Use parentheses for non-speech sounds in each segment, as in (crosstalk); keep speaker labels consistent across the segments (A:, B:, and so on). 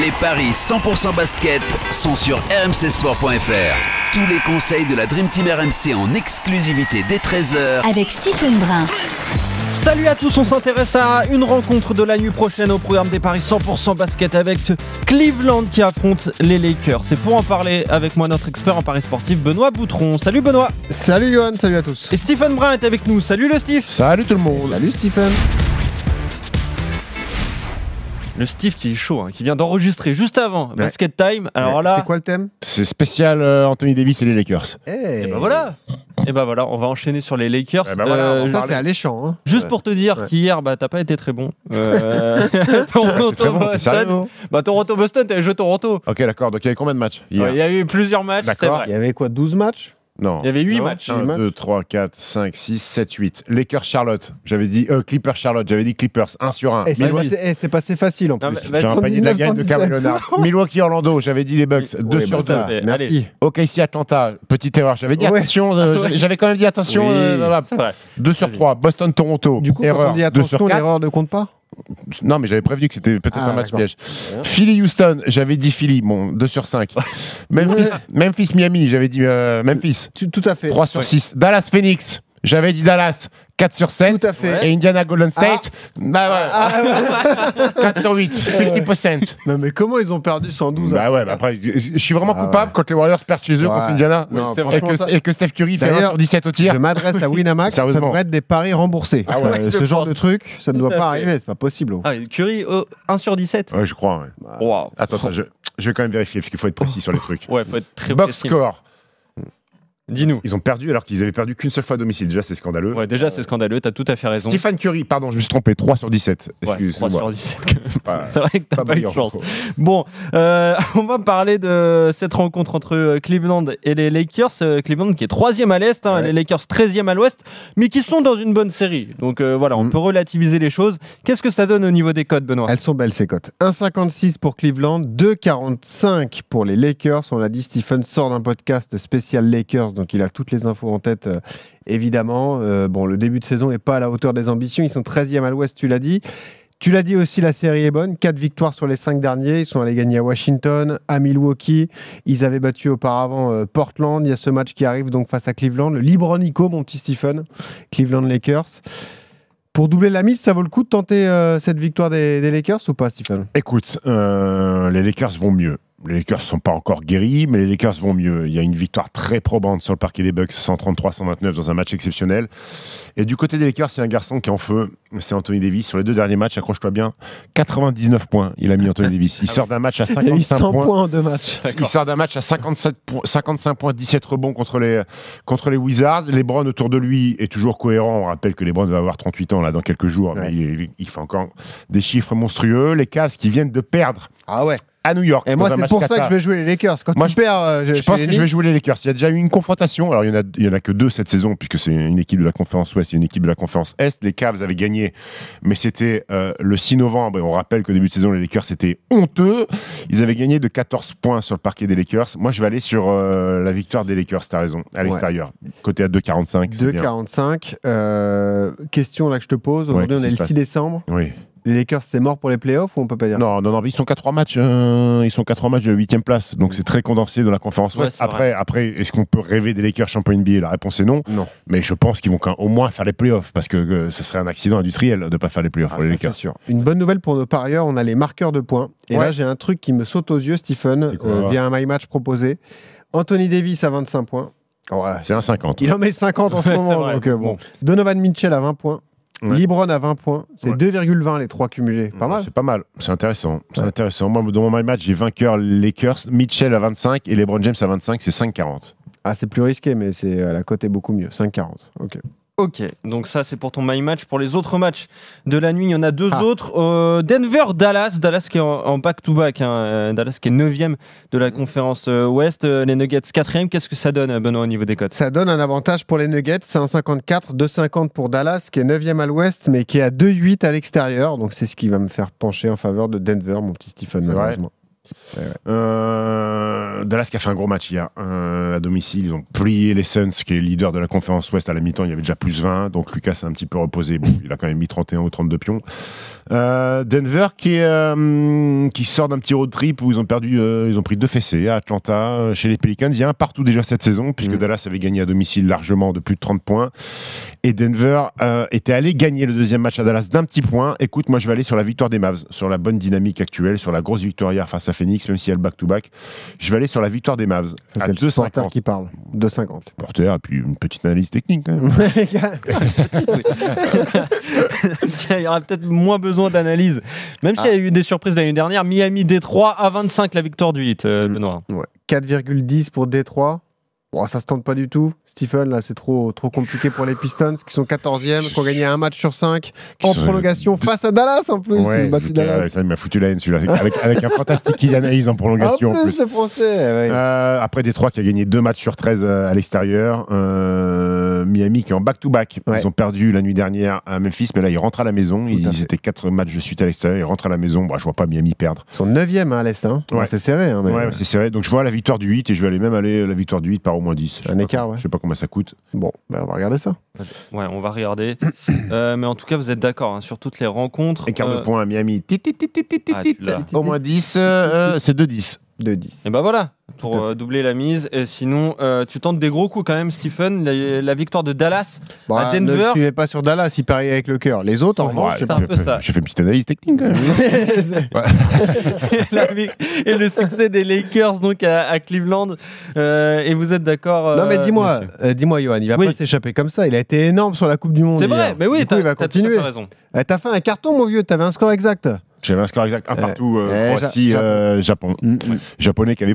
A: Les paris 100% basket sont sur rmcsport.fr. Tous les conseils de la Dream Team RMC en exclusivité dès 13h
B: Avec Stephen Brun.
C: Salut à tous, on s'intéresse à une rencontre de la nuit prochaine au programme des Paris 100% basket avec Cleveland qui affronte les Lakers. C'est pour en parler avec moi notre expert en paris sportif Benoît Boutron. Salut Benoît
D: Salut Johan, salut à tous.
C: Et Stephen Brun est avec nous. Salut le Steve
D: Salut tout le monde. Salut Stephen.
C: Le Steve qui est chaud, hein, qui vient d'enregistrer juste avant Basket Time. Alors
D: Ouais,
C: là,
D: c'est quoi le thème
E: C'est spécial euh, Anthony Davis et les Lakers.
C: et ben voilà Et ben voilà, on va enchaîner sur les Lakers.
E: Eh ben voilà,
C: Euh,
E: on
C: ju-
D: Ça c'est alléchant. Hein.
C: Juste pour te dire
D: Ouais.
C: qu'hier, bah, t'as pas été très bon. (laughs) Euh, Toronto,
E: C'est très bon, t'es sérieux,
C: Boston.
E: non
C: Bah, Toronto, Boston, t'avais joué Toronto.
E: Ok, d'accord. Donc il y avait combien de matchs
C: Ouais, Il
E: hier
C: y a eu plusieurs matchs, c'est
E: D'accord.
C: vrai.
D: Euh, Il y avait quoi 12 matchs
E: Non.
C: Il y avait 8
D: Non.
C: matchs.
E: 1,
D: matchs.
E: 2, 3, 4, 5, 6, 7, 8. Lakers Charlotte. J'avais dit euh, Clippers Charlotte. J'avais dit Clippers 1 sur 1.
D: Eh, c'est
C: Vas-y.
D: passé, eh, c'est passé facile en
C: Ah, Non,
D: plus.
C: mais vas-y.
E: J'ai un panier de la gagne de Kawhi
D: 119,
E: Leonard.
D: (laughs)
E: Milwaukee Orlando. J'avais dit les Bucks 2
D: Oui,
E: sur
D: bah,
E: 2.
D: ça,
C: deux.
D: Merci.
C: Allez.
E: OKC Atlanta. Petite erreur. J'avais dit
D: Ouais.
C: (laughs)
E: attention. euh, j'avais- J'avais quand même dit attention. euh, bah,
D: Oui.
E: 2 sur
C: Vas-y.
E: 3. Boston Toronto.
D: Du coup, quand
E: erreur.
D: on dit
E: 2 sur
D: attention,
E: 4.
D: l'erreur ne compte pas
E: Non, mais j'avais prévenu que c'était peut-être
D: Ah,
E: un match
D: d'accord.
E: piège. Philly Houston, j'avais dit Philly, bon, 2 sur 5. Memphis, Memphis Miami, j'avais dit euh, Memphis,
D: Tu- Tout à fait.
E: 3 sur 6. Dallas Phoenix, j'avais dit Dallas, 4 sur 7.
D: Tout à fait.
E: Et Indiana Golden State, bah
D: Ah, ouais.
E: ouais, 4 sur 8, 50%.
D: (laughs) non mais comment ils ont perdu 112 à
E: bah ouais, bah après, je je suis vraiment
D: Ah ouais.
E: coupable quand les Warriors perdent chez
D: Ouais.
E: eux contre Indiana.
D: Non,
E: Et
D: franchement,
E: que-
D: ça-
E: et, que, Steph Curry fait 1
D: D'ailleurs,
E: sur 17 au tir.
D: Je m'adresse à Winamax, ça
E: Sérieusement.
D: devrait être des paris remboursés.
E: Ah ouais,
D: Euh,
C: je
D: ce genre
C: pense.
D: de truc, ça ne
C: Tout
D: doit
C: à
D: pas
C: fait.
D: arriver, c'est pas possible.
C: Ah, et Curry, euh, 1 sur 17
E: Ouais, je crois. ouais.
C: Waouh.
E: Attends, attends, je, je vais quand même vérifier, parce qu'il faut être précis sur les trucs.
C: Ouais, faut être très
E: Box
C: précis.
E: score,
C: Dis-nous.
E: ils ont perdu alors qu'ils avaient perdu qu'une seule fois à domicile. Déjà, c'est scandaleux.
C: Ouais, déjà, c'est scandaleux, t'as tout à fait raison.
E: Stéphane Curry, pardon, je me suis trompé, 3 sur 17.
C: Ouais, 3 sur
E: Excusez-moi.
C: 17.
E: Pas-
C: (laughs) C'est vrai que t'as
E: pas
C: pas, eu de
E: brillant,
C: chance.
E: quoi.
C: Bon, euh, (laughs) on va parler de cette rencontre entre euh, Cleveland et les Lakers. Euh, Cleveland qui est troisième à l'Est, hein,
D: Ouais.
C: les Lakers 13e à l'Ouest, mais qui sont dans une bonne série. Donc euh, voilà, on
D: Mm.
C: peut relativiser les choses. Qu'est-ce que ça donne au niveau des codes, Benoît
D: Elles sont belles ces cotes. 1,56 pour Cleveland, 2,45 pour les Lakers. On l'a dit, Stephen sort d'un podcast spécial Lakers, donc il a toutes les infos en tête, euh, évidemment. Euh, bon, le début de saison n'est pas à la hauteur des ambitions. Ils sont 13e à l'ouest, tu l'as dit. Tu l'as dit aussi, la série est bonne. 4 victoires sur les 5 derniers. Ils sont allés gagner à Washington, à Milwaukee. Ils avaient battu auparavant euh, Portland. Il y a ce match qui arrive donc face à Cleveland. Le libre Nico, mon petit Stephen. Cleveland Lakers. Pour doubler la mise, ça vaut le coup de tenter euh, cette victoire des, des Lakers ou pas, Stephen
E: Écoute, euh, les Lakers vont mieux. Les Lakers sont pas encore guéris, mais les Lakers vont mieux. Il y a une victoire très probante sur le parquet des Bucks, 133-129 dans un match exceptionnel. Et du côté des Lakers, il y a un garçon qui est en feu, c'est Anthony Davis. Sur les deux derniers matchs, accroche-toi bien, 99 points il a mis Anthony Davis.
C: Ah
E: Il sort d'un
C: (laughs)
E: match à
D: Il y a eu
E: 55
D: 100
E: points.
D: points en deux matchs.
E: Il sort d'un match à 57 points- 55 points, 17 rebonds contre les, contre les Wizards. Lebron autour de lui est toujours cohérent. On rappelle que Lebron va avoir 38 ans là dans quelques jours. mais
D: Ouais.
E: il, il fait encore des chiffres monstrueux. Les Cavs qui viennent de perdre
D: Ah ouais.
E: à New York.
D: Et moi,
E: dans un
D: c'est
E: match
D: pour ça que
E: cata.
D: je vais jouer les Lakers. Quand
E: Moi,
D: tu
E: je-
D: perds, euh,
E: Je
D: chez
E: pense
D: les
E: que je vais
D: Knicks,
E: jouer les Lakers. Il y a déjà eu une confrontation. Alors, il n'y en, a- il y en a que deux cette saison, puisque c'est une équipe de la conférence Ouest et une équipe de la conférence Est. Les Cavs avaient gagné, mais c'était euh, le 6 novembre. Et on rappelle qu'au début de saison, les Lakers étaient honteux. Ils avaient gagné de 14 points sur le parquet des Lakers. Moi, je vais aller sur euh, la victoire des Lakers, t'as raison, à
D: Ouais.
E: l'extérieur. Côté à 2,45. c'est bien.
D: 2,45. Euh, question là que je te pose.
E: Ouais,
D: Aujourd'hui,
E: qu'est-ce
D: on est
E: qui
D: le
E: se
D: 6 décembre.
E: Oui.
D: Les Lakers, c'est mort pour les playoffs ou on peut pas dire
E: Non, non, non, mais ils sont qu'à trois matchs. euh, ils sont qu'à trois matchs de huitième place.
D: Mm.
E: Donc c'est très condensé dans la conférence
C: Ouais,
E: Ouest.
C: c'est
E: après, après, est-ce qu'on peut rêver des Lakers champion NBA La réponse est non.
D: Non.
E: Mais je pense qu'ils vont quand- au moins faire les playoffs parce que euh, ce serait un accident industriel de pas faire les playoffs
D: Ah,
E: pour les
D: ça, c'est
E: Lakers.
D: sûr. Une bonne nouvelle pour nos parieurs, on a les marqueurs de points. Et
E: Ouais.
D: là, j'ai un truc qui me saute aux yeux, Stephen,
E: C'est quoi,
D: euh,
E: là
D: via un My Match proposé. Anthony Davis à 25 points. Oh
E: C'est un 50.
D: Il en met 50 en ce
C: Ouais, c'est
D: moment.
C: vrai.
D: donc, euh, bon. Donovan Mitchell à 20 points.
E: Ouais.
D: Libron à 20 points. C'est
E: Ouais.
D: 2,20 les trois cumulés. Pas mal.
E: C'est pas mal. C'est intéressant. C'est
D: Ouais.
E: intéressant. Moi, dans mon My match, j'ai vainqueur Lakers, Mitchell à 25 et LeBron James à 25, c'est 5,40.
D: Ah, c'est plus risqué, mais c'est euh, la cote est beaucoup mieux. 5,40. Ok.
C: Ok, donc ça c'est pour ton my match. Pour les autres matchs de la nuit, il y en a deux
D: Ah.
C: autres. Euh, Denver, Dallas, Dallas qui est en en back-to-back, hein, euh, Dallas qui est 9 de la conférence euh, Ouest, Euh, les Nuggets 4 Qu'est-ce que ça donne, euh, Benoît, au niveau des cotes
D: Ça donne un avantage pour les Nuggets, c'est un 54, 2,50 pour Dallas, qui est 9e à l'ouest, mais qui est à 2,8 à l'extérieur. Donc c'est ce qui va me faire pencher en faveur de Denver, mon petit Stephen,
E: C'est vrai.
D: malheureusement.
E: Euh, Dallas qui a fait un gros match hier euh, à domicile. Ils ont plié les Suns, qui est leader de la conférence Ouest à la mi-temps. Il y avait déjà plus 20. Donc Lucas s'est un petit peu reposé. Bon, il a quand même mis 31 ou 32 pions. Euh, Denver qui, est, euh, qui sort d'un petit road trip où ils ont perdu, euh, ils ont pris deux fessées à Atlanta, euh, chez les Pelicans. Il y a un partout déjà cette saison, puisque
D: Mhm.
E: Dallas avait gagné à domicile largement de plus de 30 points. Et Denver euh, était allé gagner le deuxième match à Dallas d'un petit point. Écoute, moi je vais aller sur la victoire des Mavs, sur la bonne dynamique actuelle, sur la grosse victoire hier face à Phoenix, même si elle back-to-back. Je vais aller sur la victoire des Mavs.
D: Ça,
E: à
D: c'est le supporter
E: 2,50.
D: qui parle. 2,50.
E: (laughs) Porter, et puis une petite analyse technique. hein. quand même.
C: (laughs) Il y aura peut-être moins besoin d'analyse. Même s'il y a eu des surprises l'année dernière, Miami D3 à 25, la victoire du Heat, euh,
D: Mm.
C: Benoît.
D: Ouais. 4,10 pour Détroit. Bon, ça se tente pas du tout. Stephen, là, c'est trop, trop compliqué pour les Pistons, qui sont 14e, qui ont gagné un match sur 5
E: Qui
D: en
E: sont-
D: prolongation face à Dallas en plus.
E: Ouais,
D: ils ont battu
E: j'étais-
D: Dallas.
E: ça, il m'a foutu la haine celui-là, avec, avec- avec un fantastique Kylian
D: (laughs)
E: analyse en
D: En
E: prolongation. en
D: plus,
E: plus.
D: les Français. ouais.
E: Euh, après Détroit qui a gagné deux matchs sur 13 euh, à l'extérieur. Euh, Miami qui est en back-to-back.
D: Ouais.
E: Ils ont perdu la nuit dernière à Memphis, mais là ils rentrent à la maison.
D: Tout à fait.
E: Ils étaient quatre matchs de suite à l'extérieur. Ils rentrent à la maison. Bah, je vois pas Miami perdre.
D: Ils sont 9e hein, à l'Est. hein. Bon,
E: Ouais.
D: c'est serré. hein, mais-
E: Ouais, c'est serré. Donc je vois la victoire du 8 et je vais aller même aller euh, la victoire du 8 par au moins 10. Je sais
D: Un
E: pas
D: écart,
E: com-
D: ouais.
E: Je sais pas combien ça coûte.
D: Bon, ben, on va regarder ça.
C: Ouais, on va regarder. Euh, mais en tout cas, vous êtes d'accord hein, sur toutes les rencontres.
E: Écart de
C: Euh,
E: points à Miami. Tit, tit, tit, tit, tit,
C: Ah,
E: tit.
C: tu l'as.
E: Au moins 10, euh, euh, c'est 2-10.
D: 2,10.
C: Et bah voilà, pour
D: Tout à
C: euh, doubler la mise. Et sinon, euh, tu tentes des gros coups quand même, Stephen. La, la victoire de Dallas.
D: Bon,
C: À
D: ah, ne
C: Denver-
D: me suivez pas sur Dallas, il parie avec le cœur. Les autres, en revanche,
C: (laughs)
E: Ouais,
D: je sais
C: c'est
D: pas.
C: un peu ça.
E: J'ai fait une petite analyse technique quand même.
D: (laughs)
C: et, la vi- et le succès des Lakers donc à, à Cleveland. Euh, et vous êtes d'accord euh,
D: Non mais dis-moi,
C: monsieur
D: euh, dis-moi Johan, il va
C: Oui.
D: pas s'échapper comme ça. Il a été énorme sur la Coupe du Monde.
C: C'est
D: hier.
C: vrai, mais
D: hein. Du
C: oui,
D: coup,
C: t'as
D: il va
C: t'as tout à fait
D: continuer.
C: raison.
D: Eh, T'as fait un carton, mon vieux. T'avais un score exact.
E: J'avais un score exact, un
D: Euh,
E: partout, euh,
D: euh, Ja-
E: Croatie,
D: Japon.
E: euh, Japon.
D: Mm, mm.
E: Japonais qui avait.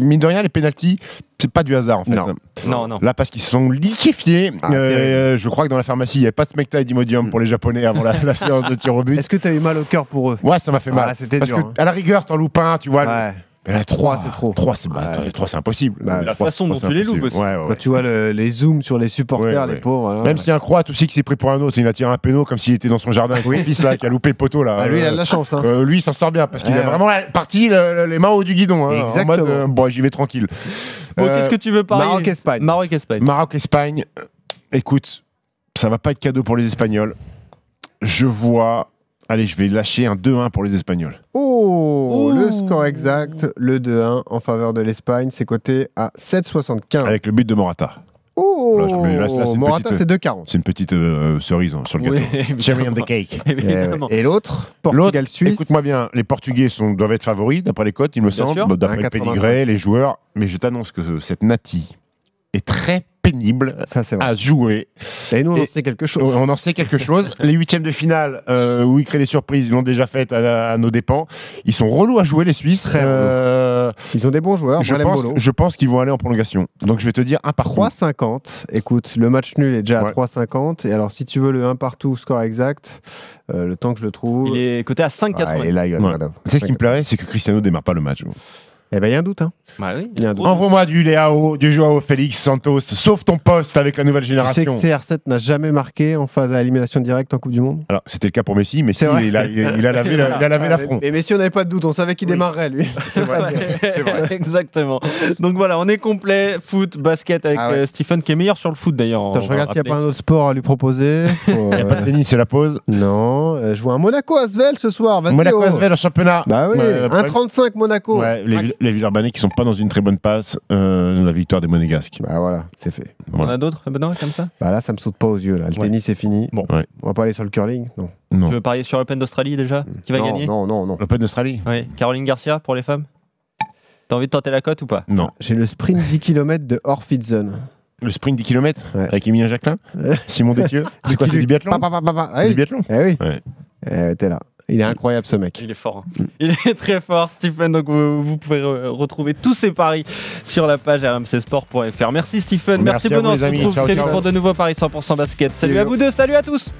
E: Mine de rien, les pénalties, c'est pas du hasard en fait.
D: Non.
C: Non, non.
E: Là, parce qu'ils se sont liquéfiés.
D: Ah,
E: Euh,
D: terrible.
E: je crois que dans la pharmacie, il n'y avait pas de Smecta et d'Imodium pour les Japonais
D: (laughs)
E: avant la, la séance de tir au but.
D: Est-ce que t'as eu mal au cœur pour eux
E: Ouais, ça m'a fait mal.
D: Ah, c'était
E: parce
D: dur,
E: que,
D: hein.
E: à la rigueur, t'en loupes un, tu vois.
D: Ouais.
E: Mais là,
D: Trois,
E: 3,
D: c'est trop.
E: 3, c'est bah,
D: Ouais.
E: trois, c'est impossible.
D: Bah,
C: la
E: Trois,
C: façon
E: trois,
C: dont
E: c'est
C: tu les loupes
E: impossible.
C: aussi.
E: Ouais, ouais,
D: Quand
E: ouais.
D: tu vois le- les zooms sur les supporters,
E: Ouais,
D: les
E: ouais.
D: pauvres. hein. là,
E: Même
D: ouais.
E: s'il y a un croate aussi qui s'est pris pour un autre, il a tiré un péno comme s'il était dans son jardin. Oui. Fils, là, qui a loupé le poteau là.
D: Ah, lui, il a de la chance. hein.
E: Euh, lui, il s'en sort bien parce qu'il
D: Ouais,
E: est
D: ouais.
E: vraiment parti le- le- les mains au haut du guidon. hein, en
D: Exactement.
E: mode, euh, bon, j'y vais tranquille.
C: Bon,
E: Euh,
C: qu'est-ce que tu veux parler
D: Maroc-Espagne.
C: Maroc-Espagne.
E: Maroc, Espagne. euh, Écoute, ça va pas être cadeau pour les Espagnols. Je vois. Allez, je vais lâcher un 2-1 pour les Espagnols.
D: Oh,
C: Ouh.
D: le score exact, le 2-1 en faveur de l'Espagne, c'est coté à 7,75.
E: Avec le but de Morata.
D: Oh,
E: Là, je me- là, là, c'est une
D: Morata,
E: petite-
D: c'est
E: (laughs)
D: 2,40.
E: C'est une petite euh, cerise hein, sur le
C: Oui,
E: gâteau. (laughs) Cherry
C: (laughs)
E: on
C: évidemment.
E: the cake.
C: Évidemment.
D: Et, et l'autre,
E: L'autre,
D: Portugal-Suisse.
E: écoute-moi bien, les Portugais sont, doivent être favoris d'après les cotes, il me
C: Bien
E: semble,
C: sûr.
E: bah, d'après le
D: 1,85.
E: pédigré, les joueurs. Mais je t'annonce que cette Nati est très pénible
D: Ça, c'est vrai.
E: à jouer.
D: et nous, on en
E: et-
D: sait quelque chose.
E: On en sait quelque chose.
D: (laughs)
E: Les huitièmes de finale euh, où ils créent les surprises, ils l'ont déjà fait à, à nos dépens. Ils sont relous à jouer les Suisses.
D: Très Ah,
E: Euh,
D: Ils ont des bons joueurs.
E: je,
D: Brelem
E: pense,
D: Bolo.
E: je pense qu'ils vont aller en prolongation. Donc je vais te dire un par trois.
D: 3,50. Écoute, le match nul est déjà à
E: Ouais.
D: 3,50. Et alors, si tu veux le 1 partout, score exact, euh, le temps que je le trouve.
C: Il est coté à 5,80.
D: Ouais, il est là, il
E: Ouais. Tu sais ce qui me plairait, c'est que Cristiano démarre pas le match.
D: Eh ben, il y a un doute. Hein.
C: Bah oui,
D: Il y a un doute.
E: Envoie-moi du Léao, du Joao Félix, Santos. Sauve ton poste avec la nouvelle
D: Tu sais que
E: génération.
D: CR7 n'a jamais marqué en phase à élimination directe en Coupe du Monde
E: Alors, c'était le cas pour Messi, mais si,
D: C'est vrai. Ah,
E: il a,
D: (laughs)
E: il a- il a lavé, la, il a lavé l'affront.
D: Mais, mais si on n'avait pas de doute, on savait qu'il
E: Oui.
D: démarrerait, lui.
E: (laughs)
C: (laughs)
D: (laughs)
E: C'est vrai. C'est vrai.
C: Exactement. Donc voilà, on est complet. Foot, basket avec
D: Ah ouais.
C: euh, Stephen qui est meilleur sur le foot d'ailleurs.
D: Attends, je
C: on va
D: regarde s'il n'y a
C: rappeler.
D: pas un autre sport à lui proposer. Faut,
E: (laughs) Il n'y a pas
D: euh,
E: de tennis, c'est la pause.
D: Non, euh, je vois un Monaco Asvel ce soir. Vas-y,
E: Monaco
D: oh.
E: Asvel en championnat.
D: Bah oui,
E: Ouais, le problème-
D: 1,35 Monaco.
E: Ouais, les, Vill- les Villeurbanais qui sont pas dans une très bonne passe, euh, la victoire des Monégasques.
D: Bah voilà, c'est fait.
C: On
E: Voilà.
C: a d'autres, Benoît, comme ça
D: Bah là, ça me saute pas aux yeux. Là. Le
C: Ouais.
D: tennis, c'est fini.
C: Bon.
E: Ouais.
D: On va pas aller sur le curling Non.
E: Non.
C: Tu veux parier sur l'Open d'Australie déjà Qui va
D: non,
C: gagner
D: non, non, non.
E: L'Open d'Australie
C: Ouais. Caroline Garcia pour les femmes T'as envie de tenter la cote ou pas
E: Non.
D: J'ai le sprint 10 km de Orfitzen.
E: Le sprint 10 km
D: Ouais.
E: avec Emilien Jacquelin
D: Ouais. (laughs)
E: Simon Détieux C'est quoi, c'est du biathlon
D: Pa, pa, pa, pa, pa. Ah
E: C'est
D: oui.
E: du biathlon
D: Eh oui.
E: Ouais.
D: Eh, T'es là. Il est incroyable ce mec.
C: Il est fort. hein. (laughs) Il est très fort, Stephen. Donc vous, vous pouvez re- retrouver tous ces paris sur la page rmcsport.fr. Merci Stephen. Merci,
E: Merci à vous,
C: Benoît.
E: les
C: On se
E: amis.
C: retrouve
E: Ciao,
C: très
E: ciao.
C: vite pour de nouveaux paris 100% basket. Salut
D: Yo,
C: à
D: yo.
C: vous deux. Salut à tous.